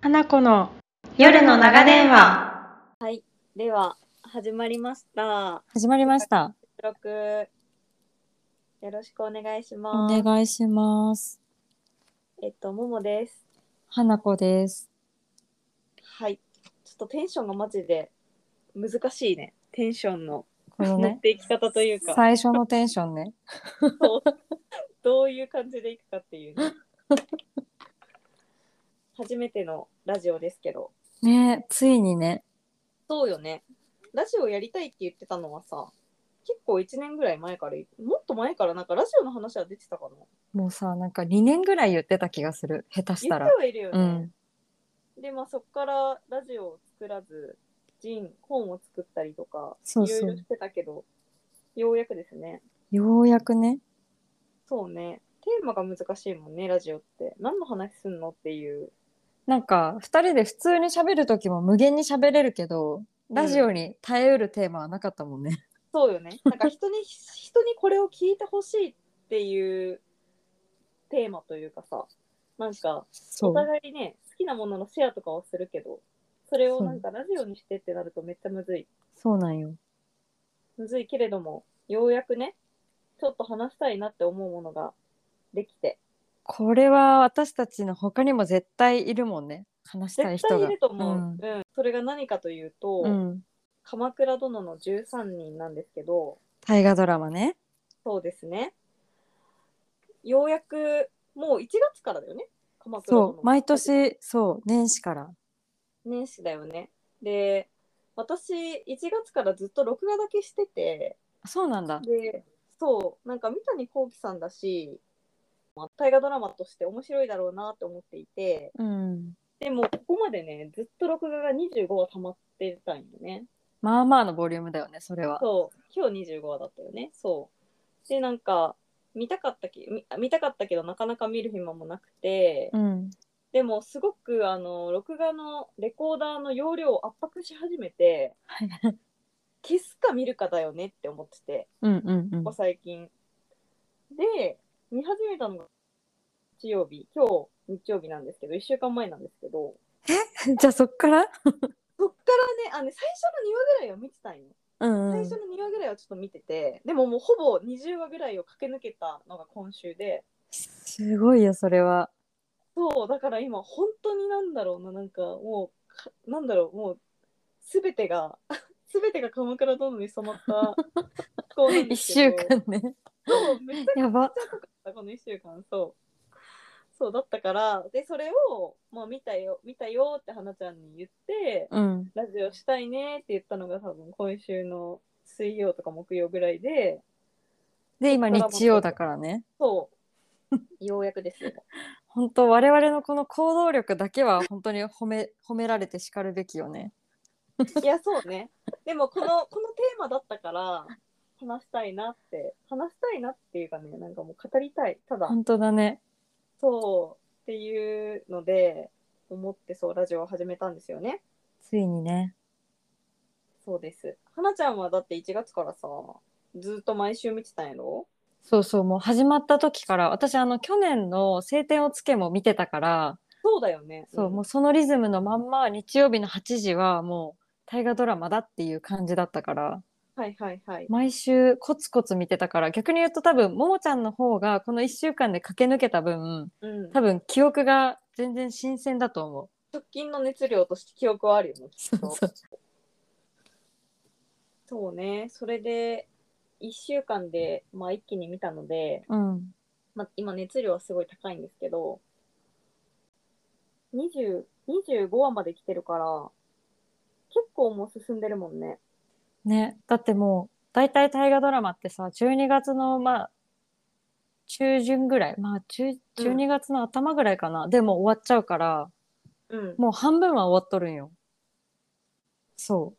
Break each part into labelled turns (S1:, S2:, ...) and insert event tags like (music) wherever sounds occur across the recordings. S1: 花子の夜の長電話。
S2: では始まりました。
S3: 始まりました。
S2: 収録よろしくお願いし
S3: お
S2: ます。
S3: 願いします。
S2: えっとももです。
S3: 花子です。
S2: はい。ちょっとテンションがマジで難しいね。テンションの
S3: この
S2: 持っ
S3: ね、
S2: ていき方というか、
S3: 最初のテンションね。
S2: どういう感じでいくかっていう
S3: (laughs)
S2: ね。初めてのラジオですけど。
S3: ね、ついにね。
S2: そうよね。ラジオやりたいって言ってたのはさ、結構1年ぐらい前から、もっと前からなんかラジオの話は出てたかな。
S3: もうさ、なんか2年ぐらい言ってた気がする。下手し
S2: 言ったて
S3: ら。
S2: はいるよね。
S3: うん。
S2: でまあそこからラジオを作らずジン本を作ったりとか
S3: そうそう
S2: いろいろしてたけどようやくですね
S3: ようやくね。
S2: そうねテーマが難しいもんねラジオって何の話すんのっていう
S3: なんか、2人で普通に喋る時も無限に喋れるけど、ラジオに耐えうるテーマはなかったもんね。
S2: そうよねなんか人に (laughs) 人にこれを聞いてほしいっていうテーマというかさなんか
S3: そ
S2: お
S3: う。
S2: 互いね好きなもののシェアとかをするけどそれをなんかラジオにしてってなるとめっちゃむずい
S3: そうなんよ。
S2: むずいけれどもようやくねちょっと話したいなって思うものができて
S3: これは私たちの他にも絶対いるもんね。話したい
S2: 絶
S3: 人が。
S2: 対いると思う、うんそれが何かというと「
S3: うん。うん。
S2: 鎌倉殿の13人」なんですけど
S3: 大河ドラマね。
S2: そうですねようやくもう1月からだよね鎌倉殿
S3: そう。毎年、そう。年始から。
S2: 年始だよねで私1月からずっと録画だけしてて
S3: そうなんだ。
S2: でそうなんか三谷幸喜さんだしまあ大河ドラマとして面白いだろうなと思っていて
S3: うん。
S2: でもここまでねずっと録画が25話溜まってたんよね
S3: まあまあのボリュームだよね、それは。
S2: そう今日25話だったよねそうでなんか見たかったけ見見たかったけどなかなか見る暇もなくて、
S3: うん。
S2: でもすごくあの録画のレコーダーの容量を圧迫し始めて消すか見るかだよねって思ってて
S3: うんうんうん
S2: ここ。最近で見始めたのが日曜日今日日曜日なんですけど1週間前なんですけど
S3: (laughs) じゃあそっから
S2: そっからねあのね最初の2話ぐらいは見てたんよ
S3: うんう
S2: 最
S3: ん
S2: 初。の2話ぐらいはちょっと見てて、でももうほぼ20話ぐらいを駆け抜けたのが今週です
S3: ごいよ、それは。
S2: そうだから今本当になんだろうななんかもうかなんだろうもう全てが (laughs) 全てが鎌倉殿に染まったこうなんで
S3: (laughs) 一
S2: すけ
S3: 週
S2: ど
S3: 間ね。
S2: そうめっち
S3: (laughs)
S2: ゃ
S3: やば。
S2: 濃かったこの1週間そうそうだったからでそれをもう見たよ見たよって花ちゃんに言って
S3: うん。
S2: ラジオしたいねって言ったのが多分今週の水曜とか木曜ぐらいで
S3: で、今日曜だからね。
S2: そう。ようやくですよ。
S3: 本当我々のこの行動力だけは本当に褒め褒められて叱るべきよね。
S2: (laughs) いや、そうね。でも、この、このテーマだったから、話したいなって、話したいなっていうかね、なんかもう語りたい。ただ、
S3: 本当だね。
S2: そう、っていうので、思ってそう、ラジオを始めたんですよね。
S3: ついにね。
S2: そうです。はなちゃんはだって1月からさ、ずっと毎週見てたんやろ
S3: そうそう、もう始まった時から、私あの去年の晴天をつけも見てたから、
S2: そうだよね。
S3: そう、
S2: ん
S3: もうそのリズムのまんま日曜日の8時はもう大河ドラマだっていう感じだったから。
S2: はいはいはい。
S3: 毎週コツコツ見てたから逆に言うと多分ももちゃんの方がこの1週間で駆け抜けた分
S2: うん。
S3: 多分記憶が全然新鮮だと思う。
S2: 直近の熱量として記憶はあるよね、きっと。そうね、それで1週間で、まあ、一気に見たので、
S3: うん、
S2: まあ、今熱量はすごい高いんですけど20 25話まで来てるから結構もう進んでるもんね。
S3: ねだってもう大体大河ドラマってさ12月のまあ中旬ぐらいまあ中12月の頭ぐらいかな、でも終わっちゃうから
S2: うん、
S3: もう半分は終わっとるんよ。そう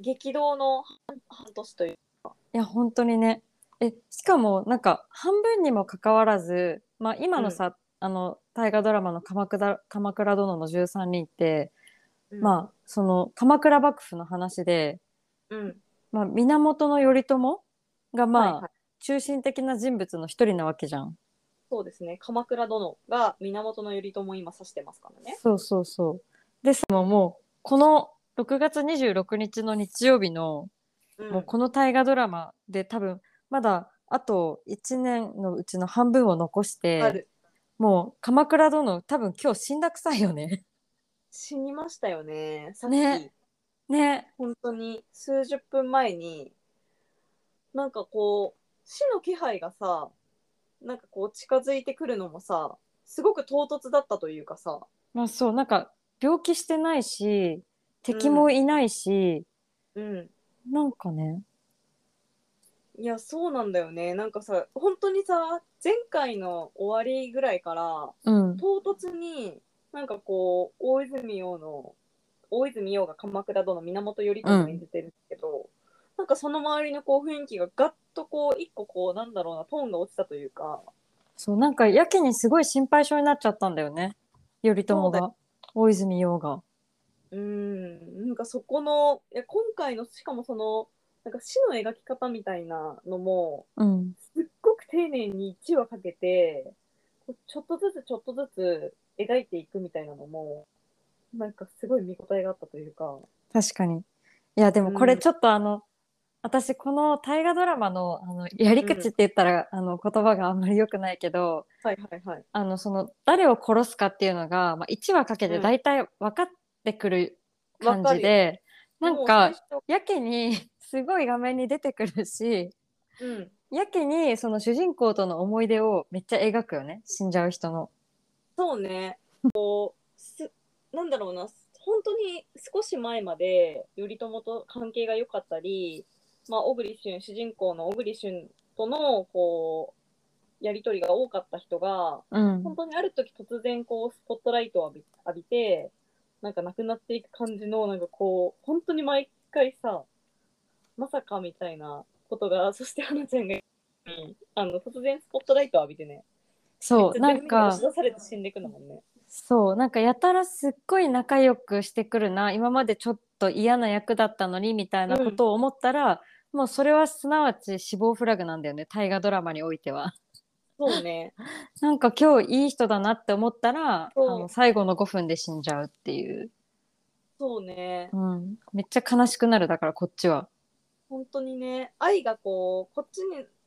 S2: 激動の半半年という
S3: いや本当にねえしかもなんか半分にもかかわらず、まあ、今のさ、あの大河ドラマの鎌倉「鎌倉殿の13人」って、まあその鎌倉幕府の話で、
S2: あ、うん、
S3: まあ、源頼朝がまあ、
S2: はいはい
S3: 中心的な人物の一人なわけじゃん。
S2: そうですね鎌倉殿が源頼朝を今指してますからね
S3: そうそうそう。ですもんもうこの6月26日の日曜日の、
S2: うん
S3: もうこの大河ドラマで多分まだあと1年のうちの半分を残して、
S2: ある
S3: もう鎌倉殿多分今日死んだくさいよね。
S2: 死にましたよねさっき、
S3: ねね。
S2: 本当に数十分前になんかこう死の気配がさなんかこう近づいてくるのもさすごく唐突だったというかさ
S3: (laughs) まあそうなんか病気してないし敵もいないし、
S2: うん
S3: なんかね
S2: いやそうなんだよねなんかさ本当にさ前回の終わりぐらいから
S3: うん
S2: 唐突になんかこう大泉洋の大泉洋が鎌倉殿源頼朝に出てるんですけど、なんかその周りのこう雰囲気がガッとこう一個こうなんだろうなトーンが落ちたというか
S3: そうなんかやけにすごい心配性になっちゃったんだよね頼朝
S2: そうだ
S3: が大泉洋が。
S2: うーんなんかそこのいや今回のしかもそのなんか死の描き方みたいなのも
S3: うん
S2: すっごく丁寧に1話かけてこうちょっとずつちょっとずつ描いていくみたいなのもなんかすごい見応えがあったというか。
S3: 確かに。いや、でもこれ
S2: うん
S3: ちょっとあの、私この大河ドラマのあのやり口って言ったら、あの言葉があんまり良くないけど、
S2: はいはいはい。
S3: あのその誰を殺すかっていうのが、まあ、1話かけて大体分かってくる感じで、なん
S2: もう
S3: か
S2: 最初
S3: やけにすごい画面に出てくるし
S2: うん、
S3: やけにその主人公との思い出をめっちゃ描くよね死んじゃう人の。
S2: そうね。こうすなんだろうな本当に少し前まで頼朝と関係が良かったり、まあ、小栗旬主人公の小栗旬とのこうやり取りが多かった人が
S3: うん
S2: 本当にある時突然こうスポットライトを浴び浴びてなんか亡くなっていく感じのなんかこう本当に毎回さまさかみたいなことがそして花ちゃんが言うようにあの突然スポットライトを浴びてね
S3: そうな
S2: 突然
S3: んか
S2: 押し出されて死んでいくのもんね。
S3: そうなんかやたらすっごい仲良くしてくるな今までちょっと嫌な役だったのにみたいなことを思ったら、もうそれはすなわち死亡フラグなんだよね大河ドラマにおいては。
S2: そうね。
S3: なんか今日いい人だなって思ったらあ
S2: そう
S3: の最後の5分で死んじゃうっていう、
S2: そうね
S3: う。ん、めっちゃ悲しくなるだからこっちは。
S2: 本当にね、愛がこう、こっち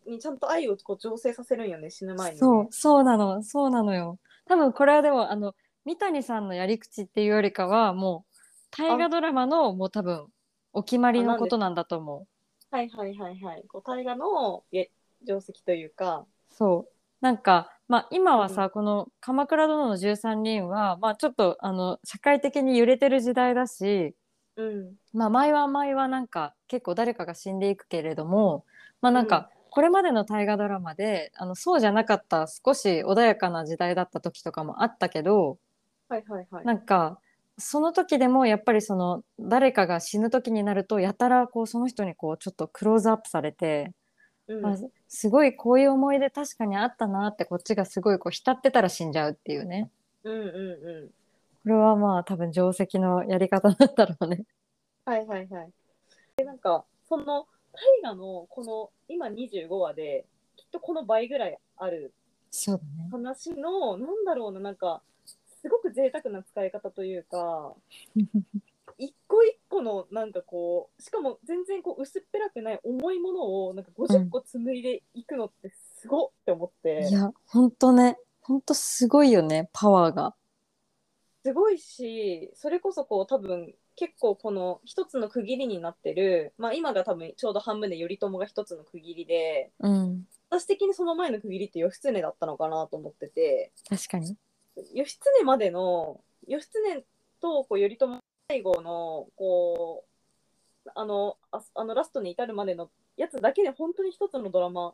S2: ににちゃんと愛をこう醸成させるんよね、死ぬ前に、ね。
S3: そうそうなのそうなのよ。多分これはでもあの三谷さんのやり口っていうよりかはもう大河ドラマのもう多分お決まりのことなんだと思う。
S2: はいはいはいはい。こう、大河のえ定石というか。
S3: そうなんか、まあ、今はさ、この「鎌倉殿の13人は」まあ、ちょっとあの社会的に揺れてる時代だし、
S2: うん。
S3: まあ、前は前はなんか結構誰かが死んでいくけれども、まあ、なんか、これまでの大河ドラマであのそうじゃなかった少し穏やかな時代だった時とかもあったけど
S2: はいはいはい。
S3: なんかその時でもやっぱりその誰かが死ぬ時になるとやたらこうその人にこうちょっとクローズアップされて。
S2: うん
S3: まあ、すごいこういう思い出確かにあったなってこっちがすごいこう浸ってたら死んじゃうっていうね
S2: うんうんうん。
S3: これはまあ多分定石のやり方なんだろうね。
S2: はいはいはい。で、なんか、その、大河のこの、今25話で、きっとこの倍ぐらいある
S3: そうだね。
S2: 話のなんだろうななんかすごく贅沢な使い方というか一個一個のなんかこうしかも全然こう薄っぺらくない重いものをなんか50個紡いでいくのってすごっって思って、
S3: いやほんとねほんとすごいよねパワーが。
S2: すごいしそれこそこう多分結構この一つの区切りになってる、まあ、今が多分ちょうど半分で頼朝が一つの区切りで
S3: うん
S2: 私的にその前の区切りって義経だったのかなと思ってて。
S3: 確かに。
S2: 義経までの義経とこう頼朝最後のこうあのああのラストに至るまでのやつだけで本当に一つのドラマ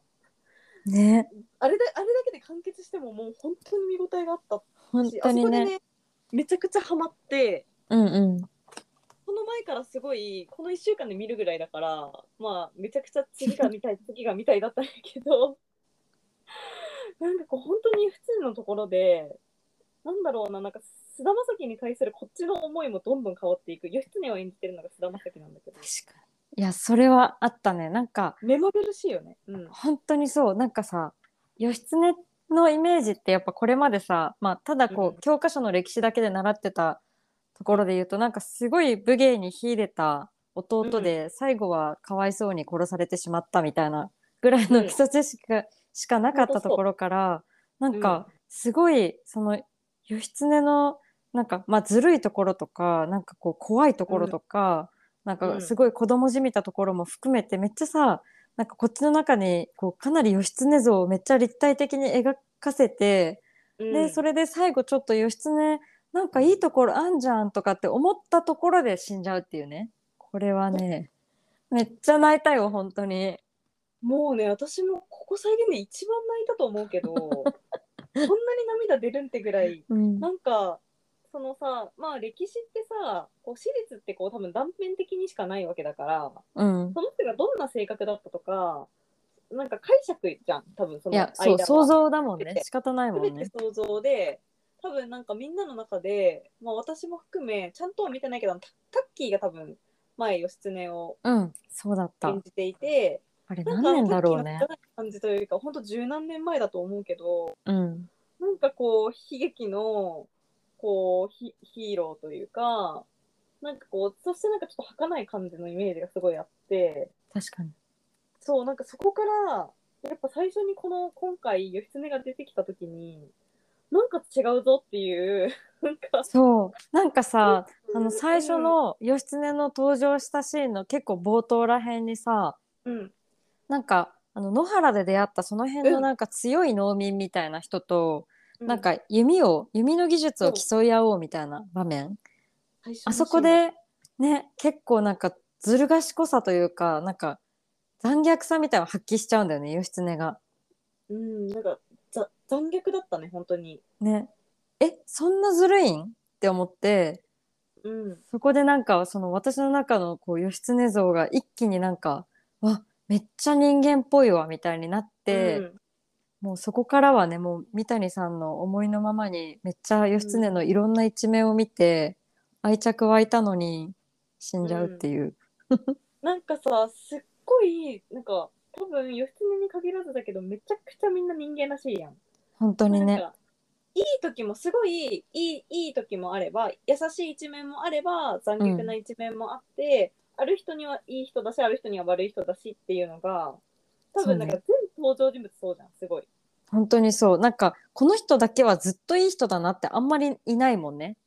S3: ね
S2: あれだあれだけで完結してももう本当に見応えがあった
S3: 本
S2: し
S3: 当に
S2: あそこ
S3: ね。
S2: でねめちゃくちゃハマって
S3: うんうん。
S2: この前からすごいこの1週間で見るぐらいだからまあめちゃくちゃ次が見たい次が見たいだったんやけど (laughs) なんかこう本当に普通のところでなんだろうななんか菅田将暉に対するこっちの思いもどんどん変わっていく義経を演じてるのが菅田将暉なんだけど
S3: 確かに。いやそれはあったねなんか
S2: 目まぐるしいよねうん
S3: 本当にそうなんかさ義経のイメージってやっぱこれまでさ、まあ、ただこう、
S2: うん
S3: 教科書の歴史だけで習ってたところで言うとなんかすごい武芸に秀でた弟で、最後はかわいそうに殺されてしまったみたいなぐらいうの
S2: ん
S3: 基礎知識がしかなかったところから、なんかすごいその義経のなんか、まあ、ずるいところとかなんかこう怖いところとか、なん
S2: う
S3: か
S2: ん
S3: すごい子供じみたところも含めてめっちゃさなんかこっちの中にこうかなり義経像をめっちゃ立体的に描かせて、でそ
S2: れ、
S3: れで最後ちょっと義経なんかいいところあんじゃんとかって思ったところで死んじゃうっていうねこれはねめっちゃ泣いたよ本当に
S2: もうね、私もここ最近で一番泣いたと思
S3: (laughs)
S2: うけど、こんなに涙出るんってぐらい、
S3: うん
S2: なんか、そのさ、まあ歴史ってさ、こう史実ってこう多分断片的にしかないわけだから、
S3: うん
S2: その人がどんな性格だったとか、なんか解釈じゃん、多分そ
S3: い
S2: の間
S3: や
S2: は。
S3: そう想像だもん
S2: だっ
S3: ね
S2: て
S3: 仕方ないもん
S2: 全
S3: ね
S2: て想像で多分なんかみんなの中で、まあ、私も含めちゃんとは見てないけどタタッキーが多分前義経を
S3: うんそうだった
S2: 演じていて
S3: あれ
S2: な
S3: 何年
S2: んか
S3: だろうね
S2: タッキーの感じというか本当十何年前だと思うけど
S3: うん
S2: なんかこう悲劇のこうヒヒーローというかなんかこうそしてなんかちょっと儚い感じのイメージがすごいあって
S3: 確かに
S2: そうなんかそこからやっぱ最初にこの今回義経が出てきた時になんか違うぞっていう (laughs) なんか
S3: そうなんかさあの最初、の義経の登場したシーンの結構冒頭らへんにさ
S2: うん、
S3: なんかあの野原で出会ったその辺
S2: う
S3: の
S2: ん
S3: なんか強い農民みたいな人と、なんか弓を弓の技術を競い合おうみたいな場面
S2: 最初のシーン
S3: あそこでね結構なんかずる賢さというかなんか残虐さみたいなのを発揮しちゃうんだよね義経が。
S2: うんなんかざ残虐だったね本当に
S3: ねえそんなずるいんって思って
S2: うん
S3: そこでなんかその私の中のこう義経像が一気になんかわめっちゃ人間っぽいわみたいになって、もうそこからはねもう三谷さんの思いのままにめっちゃ義経のいろんな一面を見て、愛着湧いたのに死んじゃうっていう。
S2: なんかさすっごいなんか多分義経に限らずだけどめちゃくちゃみんな人間らしいやん
S3: 本当に
S2: な
S3: ね
S2: んかいい時もすごいいいいい時もあれば優しい一面もあれば残虐な一面もあって、ある人にはいい人だしある人には悪い人だしっていうのが多分なんか
S3: そう
S2: 全登場人物そうじゃんすごい。
S3: 本当にそうなんかこの人だけはずっといい人だなってあんまりいないもんね。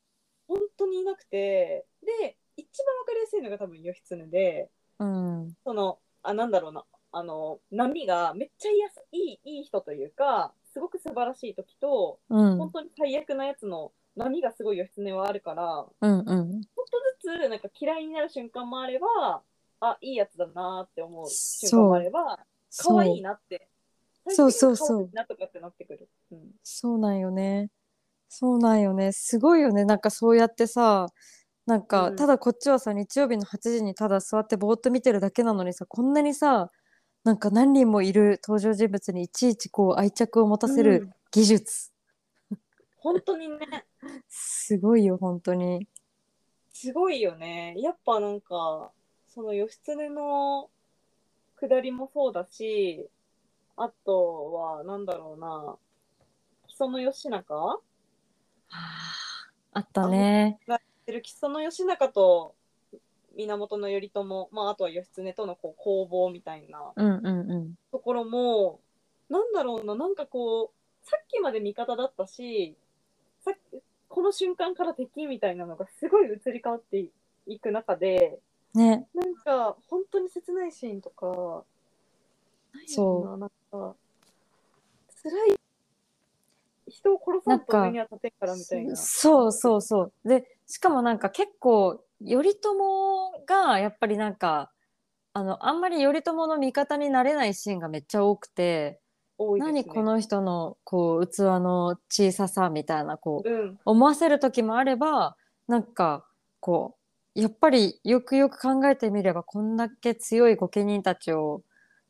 S2: 本当にいなくてで一番わかりやすいのが多分義経で
S3: うん、
S2: そのあなんだろうなあの波がめっちゃいやすいいいい人というかすごく素晴らしい時と
S3: うん、う
S2: 本
S3: ん
S2: 当に最悪なやつの波がすごい義経はあるから
S3: うん
S2: ちょっとずつなんか嫌いになる瞬間もあればあいいやつだなって思う瞬間もあれば可愛いなって
S3: そうそう
S2: 最終
S3: そう
S2: 的に可愛いなとかってなってくる、うん、
S3: そうなんよね。そうなんよね。すごいよね。なんかそうやってさ、なんか、
S2: うん
S3: ただこっちはさ、日曜日の8時にただ座ってぼーっと見てるだけなのにさ、こんなにさ、なんか何人もいる登場人物にいちいちこう愛着を持たせ
S2: う
S3: る
S2: ん
S3: 技術。
S2: 本当にね
S3: すごいよ、本当に。
S2: すごいよねやっぱなんかその義経の下りもそうだしあとはなんだろうな木曽の義仲
S3: あったね。
S2: てる木曽の義仲と源頼朝、まあ、あとは義経とのこう攻防みたいな
S3: うんうんうん。
S2: ところも、なんだろうな、なんかこう、さっきまで味方だったし、さっきこの瞬間から敵みたいなのがすごい移り変わっていく中で、
S3: ね。
S2: なんか本当に切ないシーンとか、ない
S3: そう
S2: よな、なんか、辛い。人を殺さんと
S3: なんか
S2: 上には立てんからみたいな。
S3: そうそうそうでしかもなんか結構頼朝がやっぱりなんかあのあんまり頼朝の味方になれないシーンがめっちゃ多くて、
S2: 多いですね
S3: 何こ、の人のこう器の小ささみたいなこう
S2: うん、
S3: 思わせる時もあればなんかこうやっぱりよくよく考えてみればこんだけ強い御家人たちを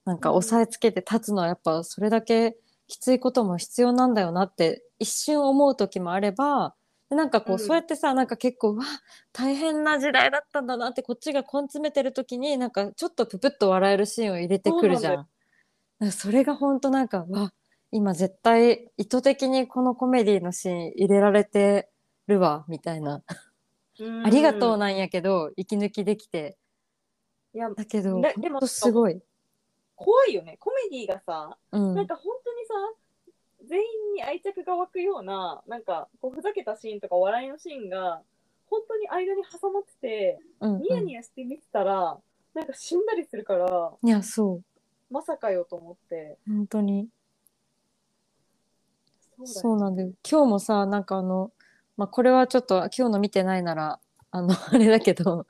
S3: なんか
S2: うん
S3: 押さえつけて立つのはやっぱそれだけきついことも必要なんだよなって一瞬思う時もあればでなんかこう、
S2: うん
S3: そうやってさなんか結構うわ大変な時代だったんだなってこっちが根詰めてる時になんかちょっとププッと笑えるシーンを入れてくるじゃん。
S2: そうなんだ
S3: なんかそれが本当なんかうわ今絶対意図的にこのコメディのシーン入れられてるわみたいな「ありがとう」な
S2: な。
S3: んやけど息抜きできて
S2: いや、
S3: だけど
S2: だでも
S3: ほんとすごい、
S2: 怖いよね。コメディがさ、
S3: うん、
S2: なんか本当にさ、全員に愛着が湧くような、なんかこうふざけたシーンとか笑いのシーンが、本当に間に挟まってて、
S3: うんうん
S2: ニヤニヤして見てたら、なんか死んだりするから、
S3: いやそう
S2: まさかよと思って。
S3: 本当に
S2: そうだよ
S3: そうなんだよ今日もさなんかあの、まあ、これはちょっと今日の見てないならあの (laughs) あれだけど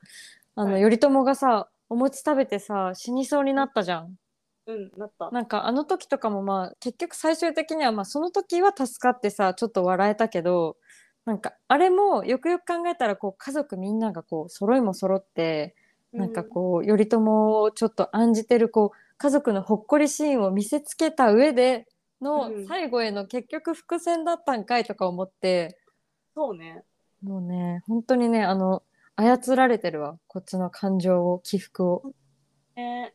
S3: あの、
S2: はい
S3: 頼朝がさお餅食べてさ死にそうになったじゃん。
S2: うん、なった。
S3: なんかあの時とかもまあ結局最終的にはまあその時は助かってさちょっと笑えたけどなんかあれもよくよく考えたらこう家族みんながこう揃いも揃ってなんかこう頼朝をちょっと案じてるこう家族のほっこりシーンを見せつけた上での
S2: うん
S3: 最後への結局伏線だったんかいとか思って
S2: うん、そうね。
S3: もうね本当にねあの操られてるわこっちの感情を起伏を。
S2: えー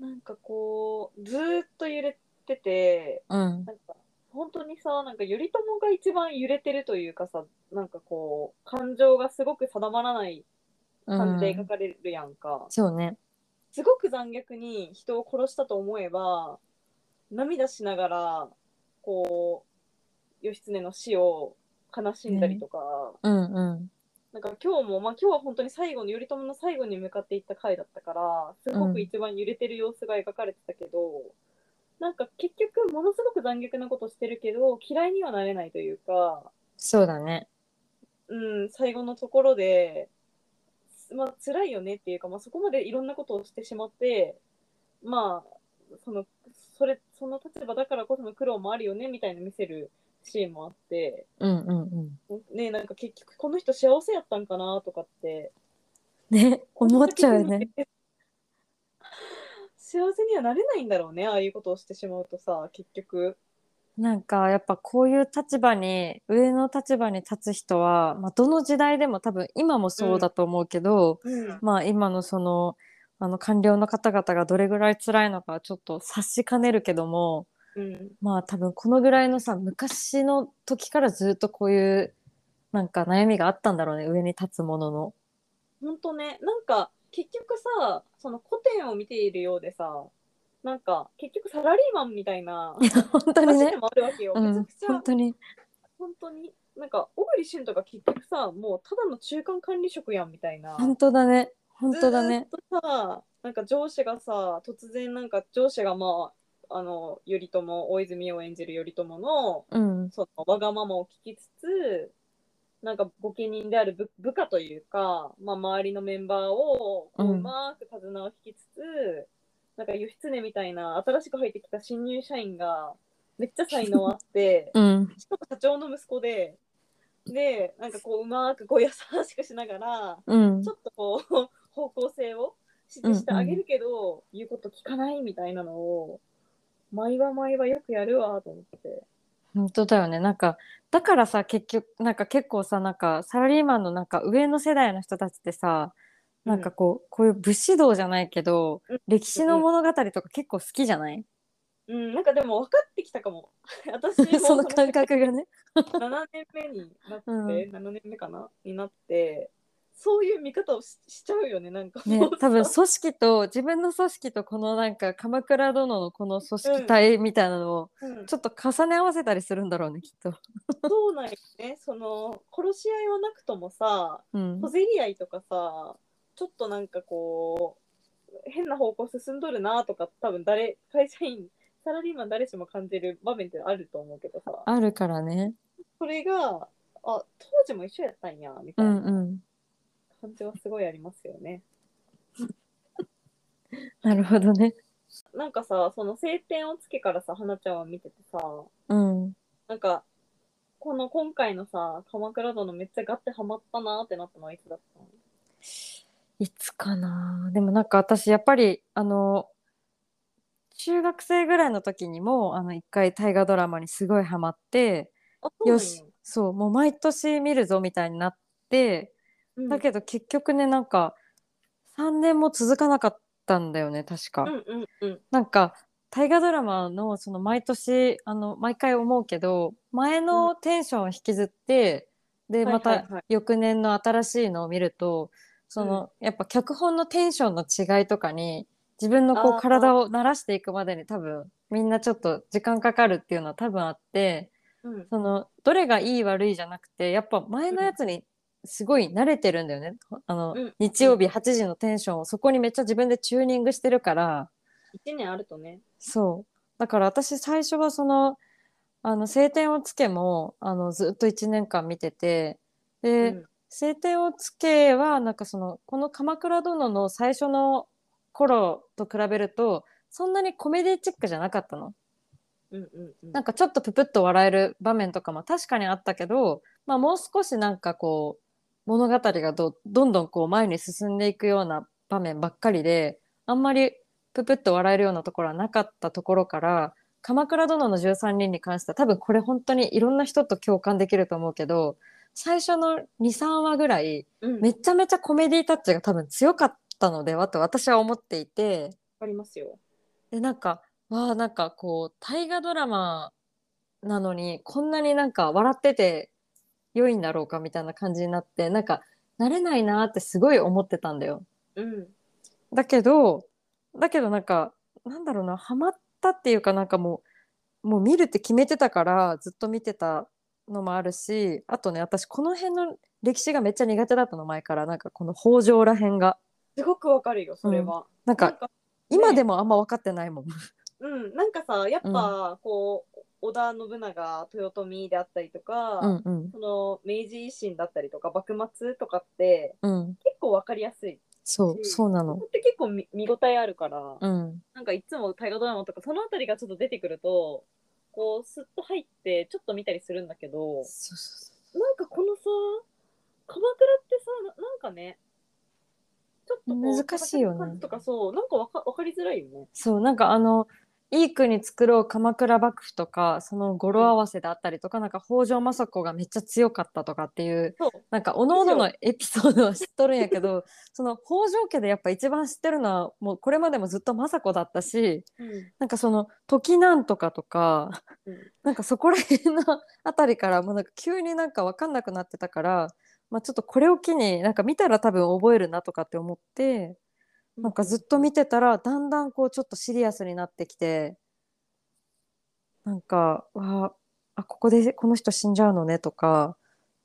S2: なんかこう、ずーっと揺れてて、
S3: うん
S2: なんか本当にさ、なんか頼朝が一番揺れてるというかさ、なんかこう、感情がすごく定まらない感じで
S3: う
S2: 描
S3: ん
S2: かれるやんか、
S3: そうね
S2: すごく残虐に人を殺したと思えば涙しながらこう義経の死を悲しんだりとか、
S3: うんうん
S2: なんか今日も、まあ、今日は本当に最後の頼朝の最後に向かっていった回だったからすご
S3: うん
S2: く一番揺れてる様子が描かれてたけど、なんか結局ものすごく残虐なことしてるけど嫌いにはなれないというか
S3: そうだね
S2: うん、最後のところで、すまあ辛いよねっていうか、まあ、そこまでいろんなことをしてしまって、まあ、そのそれその立場だからこその苦労もあるよねみたいな見せるシーンもあって、
S3: うんうんうん
S2: ね、なんか結局この人幸せやったんかなとかって
S3: ね (laughs) 思っちゃうよね。
S2: 幸せにはなれないんだろうねああいうことをしてしまうとさ結局
S3: なんかやっぱこういう立場に上の立場に立つ人は、まあ、どの時代でも多分今もそうだと思うけど、
S2: うん
S3: まあ今のそのあの官僚の方々がどれぐらい辛いのかはちょっと察しかねるけども
S2: うん
S3: まあ多分このぐらいのさ昔の時からずっとこういうなんか悩みがあったんだろうね上に立つものの。
S2: 本当ね、なんか結局さ、その古典を見ているようでさ、なんか結局サラリーマンみたいな
S3: 本当に
S2: 話で
S3: ね。
S2: もあるわけよ。
S3: う
S2: めちゃ
S3: ん
S2: くち、ゃ、
S3: 本当に
S2: 本当に、なんか小栗旬とか結局さ、もうただの中間管理職やんみたいな。
S3: 本当だね本当だね
S2: ずーっとさ、なんか上司がさ、突然なんか上司がまあ、あの、頼朝、大泉洋演じる頼朝の、
S3: うん
S2: そのわがままを聞きつつ、なんか御家人である部部下というか、まあ、周りのメンバーをこう
S3: うん
S2: うまく手綱を引きつつ、なんか義経みたいな新しく入ってきた新入社員がめっちゃ才能あって、
S3: うん
S2: しかも社長の息子で、で、なんかこううまくこう優しくしながら、
S3: うん
S2: ちょっとこう (laughs) 方向性を指示してあげるけど、言うこと聞かないみたいなのを、毎は毎はよくやるわと思って。
S3: 本当だよねなんかだからさ結局なんか結構さなんかサラリーマンのなんか上の世代の人たちってさなんかこう、こういう武士道じゃないけど、
S2: うん
S3: 歴史の物語とか結構好きじゃない、
S2: うん、なんかでも分かってきたかも。 (laughs) 私も
S3: (laughs) その感
S2: (laughs)
S3: 覚がね。
S2: 7年目になって、
S3: うん
S2: 7年目かなになって、そういう見方をししちゃうよね、なんか
S3: ね
S2: もうさ
S3: 多分組織と自分の組織とこのなんか鎌倉殿のこの組織体みたいなのを
S2: うん
S3: ちょっと重ね合わせたりするんだろうねきっと。
S2: そうなんよね、その、殺し合いはなくともさ、
S3: うん
S2: 小、競り合いとかさ、ちょっとなんかこう、変な方向進んどるなとか、多分誰、会社員、サラリーマン誰しも感じる場面ってあると思うけどさ、
S3: あるからね。
S2: それが、あ、当時も一緒やったんや、みた
S3: う
S2: い
S3: ん
S2: な
S3: うん。
S2: 感じはすごいありますよね。
S3: なるほどね。
S2: なんかさ、その晴天をつけからさ、花ちゃんは見ててさ、
S3: うん。
S2: なんか、この今回のさ、鎌倉殿めっちゃガッてハマったなーってなったのはいつだったの
S3: いつかなでもなんか私やっぱりあの中学生ぐらいの時にもあの一回大河ドラマにすごいハマって
S2: あ、そう
S3: よしそうもう毎年見るぞみたいになって、
S2: なんや
S3: だけど結局ねなんか3年も続かなかったんだよね確か、
S2: うんうんうんうん。
S3: なんか大河ドラマのその毎年あの毎回思うけど前のテンションを引きずって、で
S2: はいは
S3: ま
S2: いはい
S3: た翌年の新しいのを見るとその、やっぱ脚本のテンションの違いとかに自分のこ
S2: あ
S3: う
S2: ー
S3: 体を慣らしていくまでに多分みんなちょっと時間かかるっていうのは多分あって
S2: うん
S3: そのどれがいい悪いじゃなくてやっぱ前のやつにすごい慣れてるんだよね、あの
S2: うん
S3: 日曜日8時のテンションをそこにめっちゃ自分でチューニングしてるから。
S2: 1年あるとね。
S3: そう。だから私最初はその、あの、晴天をつけも、あの、ずっと1年間見てて、で、
S2: うん
S3: 晴天をつけは、なんかその、この鎌倉殿の最初の頃と比べると、そんなにコメディチックじゃなかったの。
S2: うんうんうん
S3: なんかちょっとププッと笑える場面とかも確かにあったけど、まあもう少しなんかこう、物語がどどんどんこう前に進んでいくような場面ばっかりで、あんまりププッと笑えるようなところはなかったところから、鎌倉殿の13人に関しては多分これ本当にいろんな人と共感できると思うけど、最初の2、3話ぐらい、
S2: うん
S3: めちゃめちゃコメディタッチが多分強かったのではと私は思っていて、
S2: わかりますよ。
S3: でなんかわあなんかこう大河ドラマなのにこんなになんか笑ってて良いんだろうかみたいな感じになってなんか慣れないなーってすごい思ってたんだよ。
S2: うん。
S3: だけどだけどなんかなんだろうなハマったっていうかなんかもうもう見るって決めてたからずっと見てたのもあるしあとね私この辺の歴史がめっちゃ苦手だったの前からなんかこの北条ら辺が
S2: すごくわかるよ、それは。
S3: なん
S2: なん
S3: か
S2: か、
S3: 今でもあんま分かってないもん。
S2: うん、なんかさ、やっぱ、こう、織田信長、豊臣であったりとか、
S3: うんうん
S2: その明治維新だったりとか幕末とかって
S3: うん
S2: 結構わかりやすい。
S3: そうそうなの
S2: ここって結構見見応えあるから、
S3: うん、
S2: なんかいつも大河ドラマとかそのあたりがちょっと出てくると、こうスッと入ってちょっと見たりするんだけ
S3: そ
S2: ど、
S3: うそうそ
S2: なんかこのさ、鎌倉ってさ、ななんかね、ちょっとこう
S3: 難しいよね
S2: 戦感じとかそう、なんかわかわかりづらいよね。
S3: うそうなんかあのいい国作ろう鎌倉幕府とかその語呂合わせであったりとか、なんか北条政子がめっちゃ強かったとかっていう
S2: そう、
S3: なんかおのおののエピソードは知っとるんやけ (laughs) どその北条家でやっぱ一番知ってるのはもうこれまでもずっと政子だったし
S2: うん、
S3: なんかその時なんとかとか、
S2: うん
S3: なんかそこら辺のあたりからもうなんか急になんか分かんなくなってたから、まあ、ちょっとこれを機になんか見たら多分覚えるなとかって思って。なんかずっと見てたらだんだんこうちょっとシリアスになってきてなんかわああここでこの人死んじゃうのねとか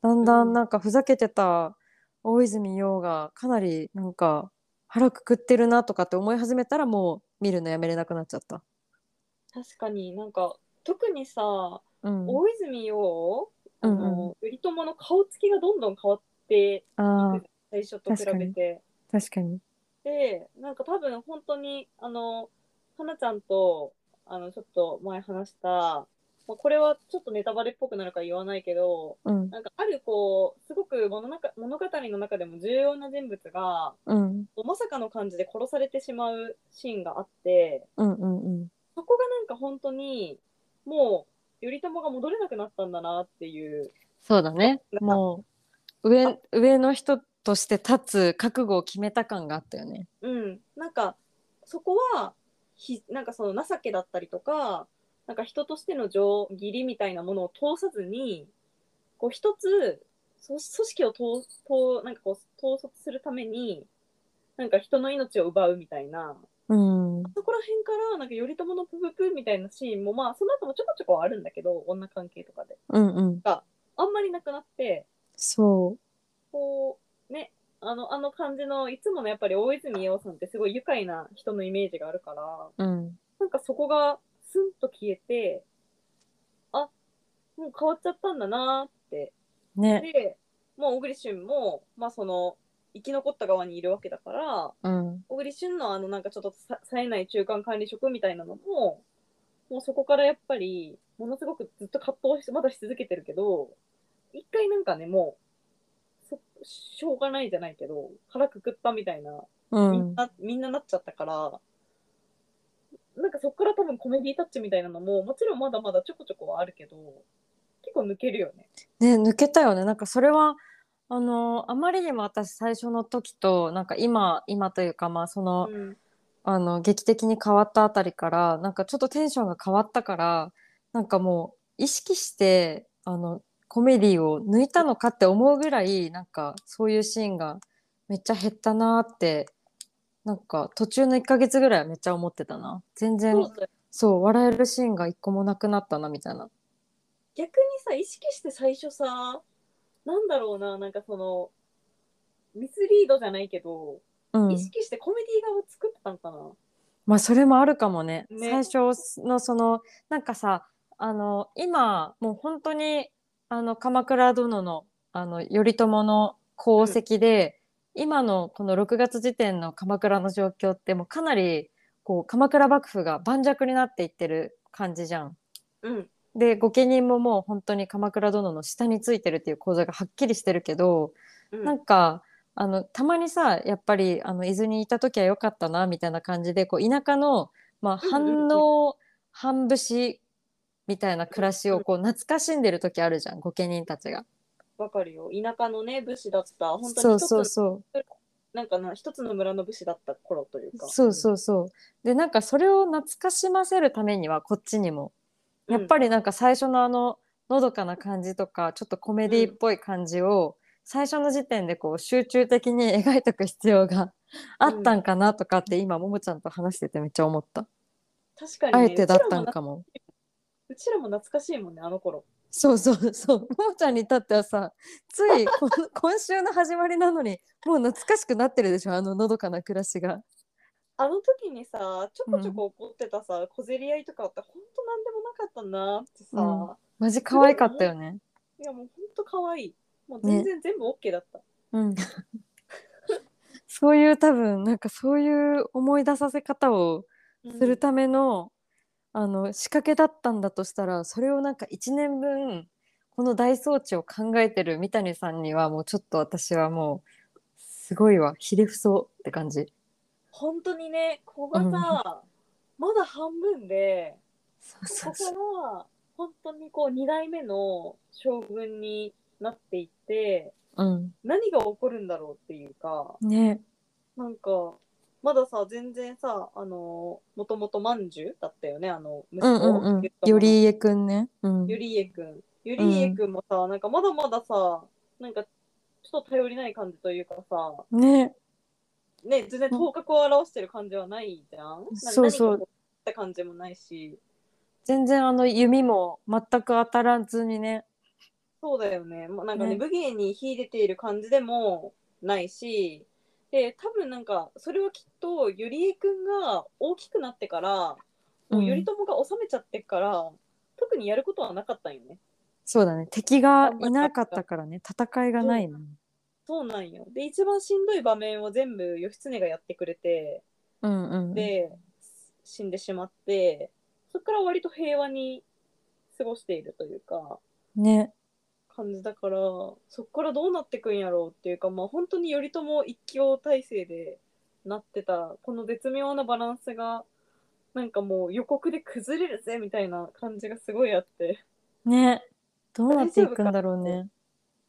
S3: だんだ
S2: うん
S3: んなんかふざけてた大泉洋がかなりなんか腹くくってるなとかって思い始めたらもう見るのやめれなくなっちゃった。
S2: 確かになんか特にさ、
S3: うん、
S2: 大泉洋、あ
S3: うんうん
S2: の頼朝の顔つきがどんどん変わって
S3: あー
S2: 最初と比べて
S3: 確かに。
S2: でなんか多分本当にあの花ちゃんとあのちょっと前話した、まあ、これはちょっとネタバレっぽくなるから言わないけど
S3: うん
S2: なんかあるこうすごく物中物語の中でも重要な人物が
S3: うん
S2: まさかの感じで殺されてしまうシーンがあって
S3: うんうんうん
S2: そこがなんか本当にもう頼朝が戻れなくなったんだなっていう
S3: そうだね
S2: なんか
S3: もう上上の人として立つ覚悟を決めた感があったよね。
S2: うん、なんかそこはひなんかその情けだったりとかなんか人としての情義理みたいなものを通さずにこう一つそ組織を統統なんかこう統率するためになんか人の命を奪うみたいな
S3: うん
S2: そこら辺からなんか頼朝のプププみたいなシーンもまあその後もちょこちょこはあるんだけど女関係とかで
S3: うんうん、
S2: あんまりなくなって
S3: そ
S2: こうねあのあの感じのいつものやっぱり大泉洋さんってすごい愉快な人のイメージがあるから。
S3: う、うん、
S2: なんかそこがスンと消えて、あ、もう変わっちゃったんだなーって。
S3: ね、
S2: で、もう小栗旬も、まあその、生き残った側にいるわけだから、
S3: うん、
S2: 小栗旬のあのなんかちょっとさ冴えない中間管理職みたいなのも、もうそこからやっぱり、ものすごくずっと葛藤して、まだし続けてるけど、一回なんかね、もう、そしょうがないじゃないけど、腹くくったみたいな
S3: う
S2: み
S3: ん
S2: ん、な、みんななっちゃったから、なんかそこから多分コメディタッチみたいなのも、もちろんまだまだちょこちょこはあるけど、結構抜けるよね。
S3: ね、抜けたよね。なんかそれはあのあまりにも私最初の時となんか今今というかまあその、
S2: うん。
S3: あの劇的に変わったあたりからなんかちょっとテンションが変わったからなんかもう意識してあのコメディを抜いたのかって思うぐらいなんかそういうシーンがめっちゃ減ったなーってなんか途中の1ヶ月ぐらいはめっちゃ思ってたな全然
S2: そうだよ
S3: そう笑えるシーンが1個もなくなったなみたいな
S2: 逆にさ意識して最初さなんだろうななんかそのミスリードじゃないけど、
S3: うん
S2: 意識してコメディ側を作ってたのかな
S3: まあそれもあるかもね最
S2: ね
S3: 初のそのなんかさあの今もう本当にあの鎌倉殿のあの頼朝の功績で、今のこの6月時点の鎌倉の状況ってもうかなりこう鎌倉幕府が盤石になっていってる感じじゃん。
S2: うん
S3: で御家人ももう本当に鎌倉殿の下についてるっていう構造がはっきりしてるけど、
S2: うん
S3: なんかあのたまにさやっぱりあの伊豆にいた時は良かったなみたいな感じでこう田舎の、まあ、
S2: うんうんうん
S3: 反応半節みたいな暮らしをこう懐かしんでる時あるじゃん御家人たちが。
S2: わかるよ田舎のね武士だった本当
S3: そ
S2: に
S3: う
S2: 一つ
S3: そうそう
S2: なんかな一つの村の武士だった頃というか
S3: そうそうそう。でなんかそれを懐かしませるためにはこっちにも
S2: うん
S3: やっぱりなんか最初のあののどかな感じとかちょっとコメディっぽい感じを最初の時点でこう集中的に描いておく必要が (laughs) あったんかなとかって今ももちゃんと話しててめっちゃ思った。
S2: 確かに、ね、
S3: あえてだったんかも。
S2: うちらもなうちらも懐かしいもんねあの頃
S3: そうそう
S2: (laughs)
S3: そう。ももちゃんに至ってはさついこ (laughs) の今週の始まりなのにもう懐かしくなってるでしょあののどかな暮らしが。
S2: あの時にさちょこちょこ怒ってたさ、小競り合いとかあってほんとなんでもなかったなってさ、
S3: マジ可愛かったよね。
S2: いやもうほんと可愛いもう全然全部 OK だった、
S3: うん、 (laughs) そういう多分なんかそういう思い出させ方をするための,、あの仕掛けだったんだとしたらそれをなんか1年分この大装置を考えてる三谷さんにはもうちょっと私はもうすごいわひれ伏そうって感じ
S2: 本当にねここがさ、まだ半分で
S3: そうそ
S2: こ
S3: うそう
S2: こが本当にこう2代目の将軍になっていって
S3: うん
S2: 何が起こるんだろうっていうか
S3: ね
S2: なんかまださ全然さあのもともとまんじゅうだったよねあの息
S3: うんうんうん頼
S2: り
S3: 家くんねうん
S2: ゆりえくんゆりえくんもさ、なんかまだまださなんかちょっと頼りない感じというかさ
S3: ね
S2: ね全然頭角を表してる感じはないじゃん、なんか
S3: そうそう
S2: 何かこった感じもないし
S3: 全然あの弓も全く当たらずにね
S2: そうだよね。もうなんかね、
S3: ね
S2: 武芸に秀でている感じでもないし、で、多分なんか、それはきっと、ゆりえくんが大きくなってから、もう頼朝が治めちゃってから、特にやることはなかったんよね。
S3: そうだね敵がいなかったからね戦いがないの、
S2: そうなんよ。で、一番しんどい場面を全部義経がやってくれて、
S3: うんうん、
S2: で、死んでしまって、そこから割と平和に過ごしているというか、
S3: ね
S2: 感じだからそっからどうなってくんやろうっていうかまあ本当に頼朝一強体制でなってたこの絶妙なバランスがなんかもう予告で崩れるぜみたいな感じがすごいあって、
S3: ねどうなっていくんだろうね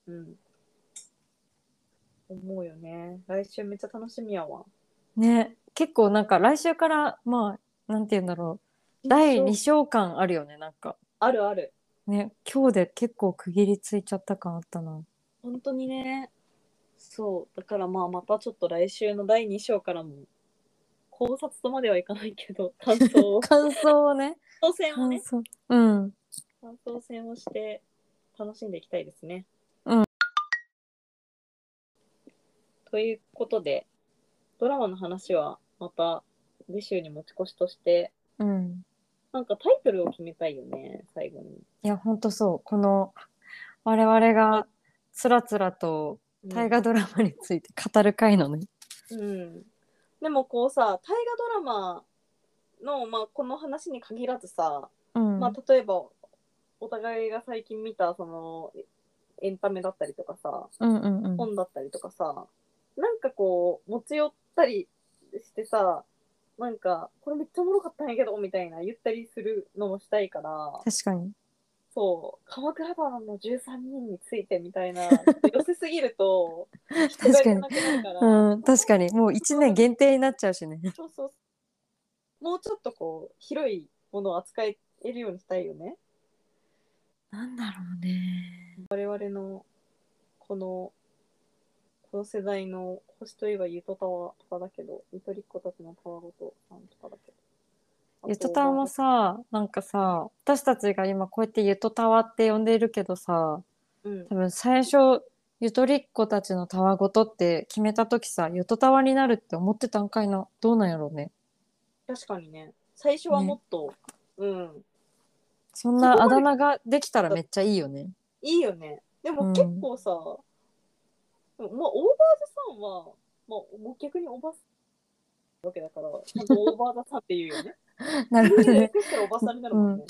S2: うん、思うよね来週めっちゃ楽しみやわ
S3: ね結構なんか来週からまあなんて言うんだろう第2
S2: 週
S3: 章間あるよねなんか
S2: あるある
S3: ね今日で結構区切りついちゃった感あったな
S2: 本当にねそうだからまあまたちょっと来週の第2章からも考察とまではいかないけど感
S3: (laughs)
S2: 想を
S3: 感想をね
S2: 感想戦を
S3: 感
S2: ね
S3: 想うん
S2: 感想戦をして楽しんでいきたいですね。
S3: うん。
S2: ということで、ドラマの話はまた次週に持ち越しとして、
S3: うん
S2: なんかタイトルを決めたいよね、最後に。
S3: いやほんとそうこの我々がつらつらと大河ドラマについて語る回のね
S2: うん。でもこうさ、大河ドラマの、まあ、この話に限らずさ、
S3: うん、
S2: まあ、例えば、お互いが最近見た、その、エンタメだったりとかさ、
S3: うんうんうん
S2: 本だったりとかさ、なんかこう持ち寄ったりしてさなんかこれめっちゃおもろかったんやけどみたいな言ったりするのもしたいから
S3: 確かに
S2: そう「鎌倉殿の13人について」みたいな寄せすぎると人
S3: 確
S2: がい
S3: か
S2: け
S3: に
S2: なくなるから、
S3: うん確かにもう1年限定になっちゃうしね
S2: そうそうもうちょっとこう広いものを扱えるようにしたいよね
S3: なんだろうね。
S2: 我々のこのこの世代の星といえばゆとたわとかだけどゆとりっ子たちのたわごとさんとかだけどあ
S3: ゆとたわもさ、なんかさ、私たちが今こうやってゆとたわって呼んでいるけどさ、
S2: うん
S3: 多分最初、ゆとりっ子たちのたわごとって決めたときさ、ゆとたわになるって思ってたんかいな。どうなんやろうね。
S2: 確かにね最初はもっと、うん
S3: そんなあだ名ができたらめっちゃいいよ
S2: (laughs)
S3: ね。
S2: いいよねで
S3: うん
S2: も結構さ、でもまあオーバーザさんは、まあ、もう逆におばさんわけだからちゃんとオーバーザさんっていう
S3: (laughs)
S2: よね
S3: なるほどね。
S2: 略したらおばさんになるもんね、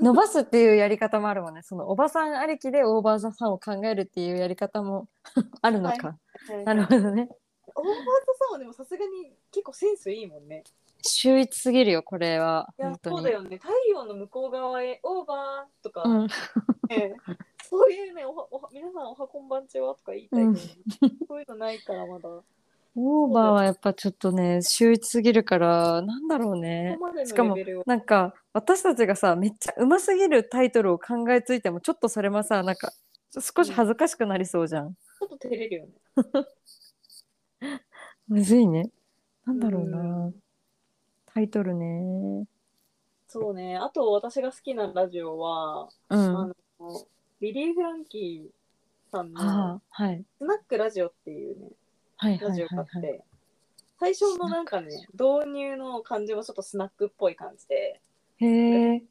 S3: 伸ばすっていうやり方もあるもんね。そのおばさんありきでオーバーザさんを考えるっていうやり方も (laughs) あるのか。
S2: はい
S3: なるほどね。
S2: オーバーザさんはでもさすがに結構センスいいもんね
S3: 秀逸すぎるよ、これは。
S2: いや
S3: 本当に。
S2: そうだよね太陽の向こう側へオーバーとか、
S3: うん。
S2: ね (laughs) そういうねおはおは皆さんおはこんばんちはとか言いたいけど、 (laughs) そういうのないからまだこ
S3: オーバーはやっぱちょっとね秀逸すぎるからなんだろうね
S2: こまで
S3: しか
S2: の
S3: も
S2: レベルを
S3: なんか私たちがさめっちゃうますぎるタイトルを考えついてもちょっとそれもさなんか少し恥ずかしくなりそうじゃん、
S2: ちょっと照れるよね
S3: むずいねなんだろうな、
S2: う
S3: タイトルね
S2: そうねあと私が好きなラジオは、
S3: う
S2: あ
S3: ん
S2: のビリー・フランキーさんの
S3: ああはい
S2: 「スナックラジオ」っていうね
S3: はい
S2: ラ
S3: はい
S2: ジオ
S3: はい
S2: があ
S3: は
S2: って、
S3: い
S2: 最初のなんかね導入の感じもちょっとスナックっぽい感じで
S3: へえ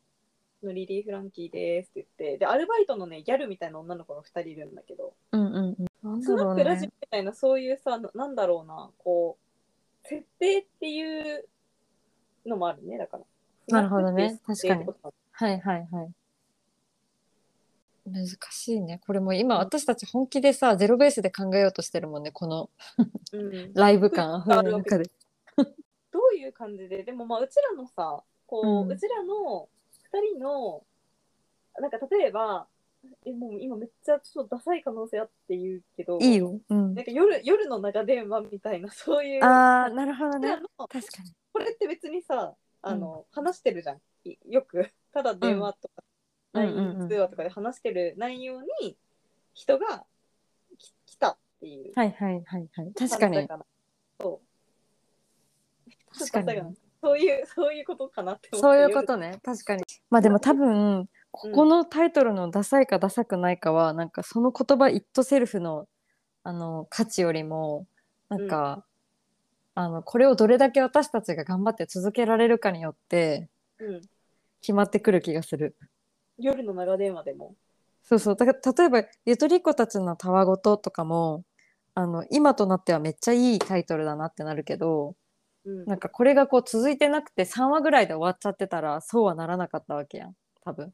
S2: のリリー・フランキーですって言ってでアルバイトのねギャルみたいな女の子が2人いるんだけど
S3: うんうんうんなん
S2: ス
S3: だ
S2: ナ
S3: ろ
S2: ッ
S3: う
S2: クラジオ
S3: ね
S2: みたいなそういうさななんだろうなこう設定っていうのもあるねだから
S3: なるほどね
S2: スナックっていう設定ってこと
S3: はいはいはい難しいねこれも今私たち本気でさゼロベースで考えようとしてるもんねこの
S2: だうん
S3: ライブ感あふれる中で。
S2: どういう感じででもまあうちらのさこう、
S3: う
S2: うんちらの2人のなんか例えばえもう今めっちゃちょっとダサい可能性あって言うけど
S3: いいよ。うん
S2: な、んか夜夜の長電話みたいなそういう
S3: ああなるほど
S2: うちら
S3: ね。
S2: の
S3: 確かに。
S2: これって別にさあの、話してるじゃんいよくただ電話とか
S3: うん
S2: LINE、
S3: うんうんうん
S2: 通話とかで話してる内容に人がき来たっていう
S3: はいはいはいはい。確か
S2: 感じ
S3: に
S2: だ。らそう
S3: 確かに
S2: そういうそういうことかなって思って
S3: そういうことね。確かに。まあでも多分ここのタイトルのダサいかダサくないかは、なんかその言葉イットセルフのあの価値よりもなんか、あのこれをどれだけ私たちが頑張って続けられるかによって
S2: うん、
S3: 決まってくる気がする。
S2: 夜の長電話でも
S3: そうそう。だから例えば、ゆとりっ子たちのたわごととかも、あの、今となってはめっちゃいいタイトルだなってなるけど、
S2: うん
S3: なんかこれがこう続いてなくて3話ぐらいで終わっちゃってたら、そうはならなかったわけやん。多分。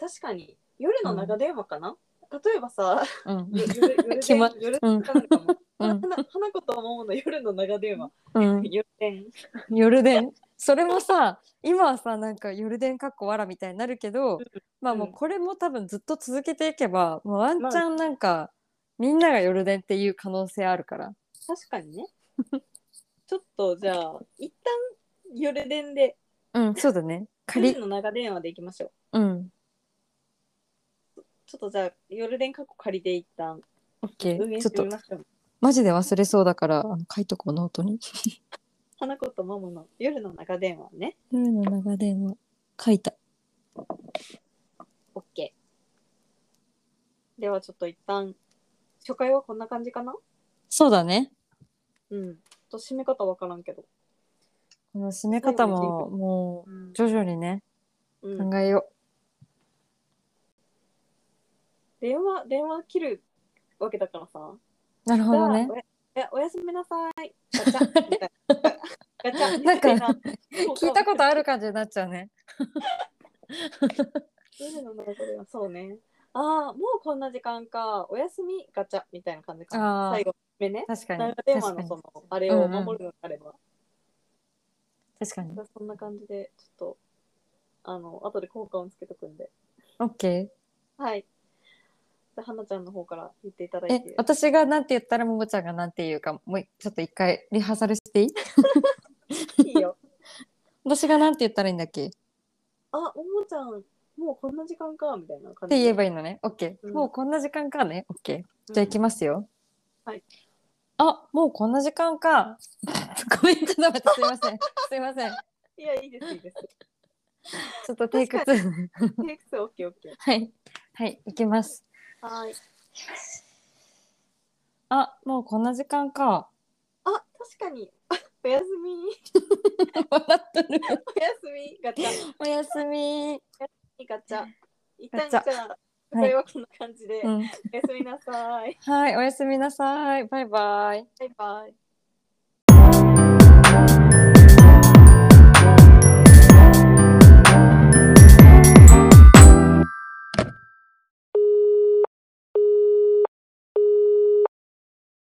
S2: 確かに夜の長電話かな、例えば
S3: (laughs)
S2: さ、
S3: うん。
S2: 夜夜夜
S3: 決ま
S2: 電夜
S3: うん
S2: かなんかも、
S3: うん
S2: 花花子と桃の夜の長電話、
S3: うん。
S2: 夜電、
S3: 夜電。それもさ、今はさ、なんか夜電かっこわらみたいになるけど、まあもうこれも多分ずっと続けていけば、もうワンチャンなんか、みんなが夜電っていう可能性あるから。
S2: 確
S3: (laughs)
S2: かにね。ちょっとじゃあ、一旦夜電で、
S3: うん、そうだね。仮
S2: 夜。の長電話でいきましょう。
S3: うん。
S2: ちょっとじゃあ、夜電過去借りて一旦
S3: オッケ
S2: 運営
S3: ー。ちょ
S2: し
S3: ってと
S2: みましょう。
S3: マジで忘れそうだから、あの書いとこう、ノートに。
S2: 花子と桃の夜の長電話ね。
S3: 夜の長電話、書いた。
S2: OK。ではちょっと一旦、初回はこんな感じかな
S3: そうだね。
S2: うん。ちょっと締め方わからんけど。
S3: この締め方も、も
S2: うん
S3: う、徐々にね、
S2: うん
S3: 考えよ
S2: 電話、電話切るわけだからさ。
S3: う。なるほどね
S2: じ。ゃあおやおやすみなさい。ガチ
S3: (laughs)
S2: ャ。みたいなガチャ。
S3: なんか
S2: みいな
S3: (laughs) 聞いたことある感じになっちゃうね。
S2: 夜の謎ではそうね。ああ、もうこんな時間か。おやすみ、ガチャみたいな感じか
S3: あ
S2: な。
S3: ー
S2: 最後、目ね。
S3: 確か
S2: 長
S3: に。
S2: 電話
S3: 確か
S2: の
S3: に
S2: そ。の、あれを守るのであれば。
S3: 確かに。
S2: そんな感じで、ちょっと、あの、後で効果音つけとくんで。
S3: オッケ
S2: はい。じゃあ、はなちゃんの方から言っていただ
S3: ー。
S2: い
S3: え
S2: て、。
S3: 私がなんて言ったら、ももちゃんがなんて言うか、もうちょっと一回リハーサルしていい
S2: いいよ。
S3: 私がなんて言ったらいいんだっけっ
S2: あ、おもちゃん、もうこんな時間か、みたいな感
S3: て
S2: じで。
S3: 言えばいいのね。OK、
S2: うん
S3: もうこんな時間かね。OK。じゃあ行きますよ。
S2: はい。
S3: あ、もうこんな時間か。 (laughs) ごめん、ちょっと待って、すいません。すいません。
S2: いや、いいです、いいです。
S3: ちょっとテイク2。
S2: テイクス、オッケー、オッケー。
S3: (laughs) はい。はい、行きます。
S2: はい。
S3: あ、もうこんな時間か。 (laughs)
S2: あ、確かに。 (laughs) あおやすみ。
S3: 笑ってる。
S2: おやすみ。ガチャ。
S3: おやすみ。
S2: ガチャ。一旦じ
S3: ガ
S2: ゃ
S3: チ
S2: あ、これはこんな感じで。
S3: う
S2: お
S3: ん。
S2: やすみなさい。
S3: はい、おやすみなさい。バイバイ。
S2: バイバイ。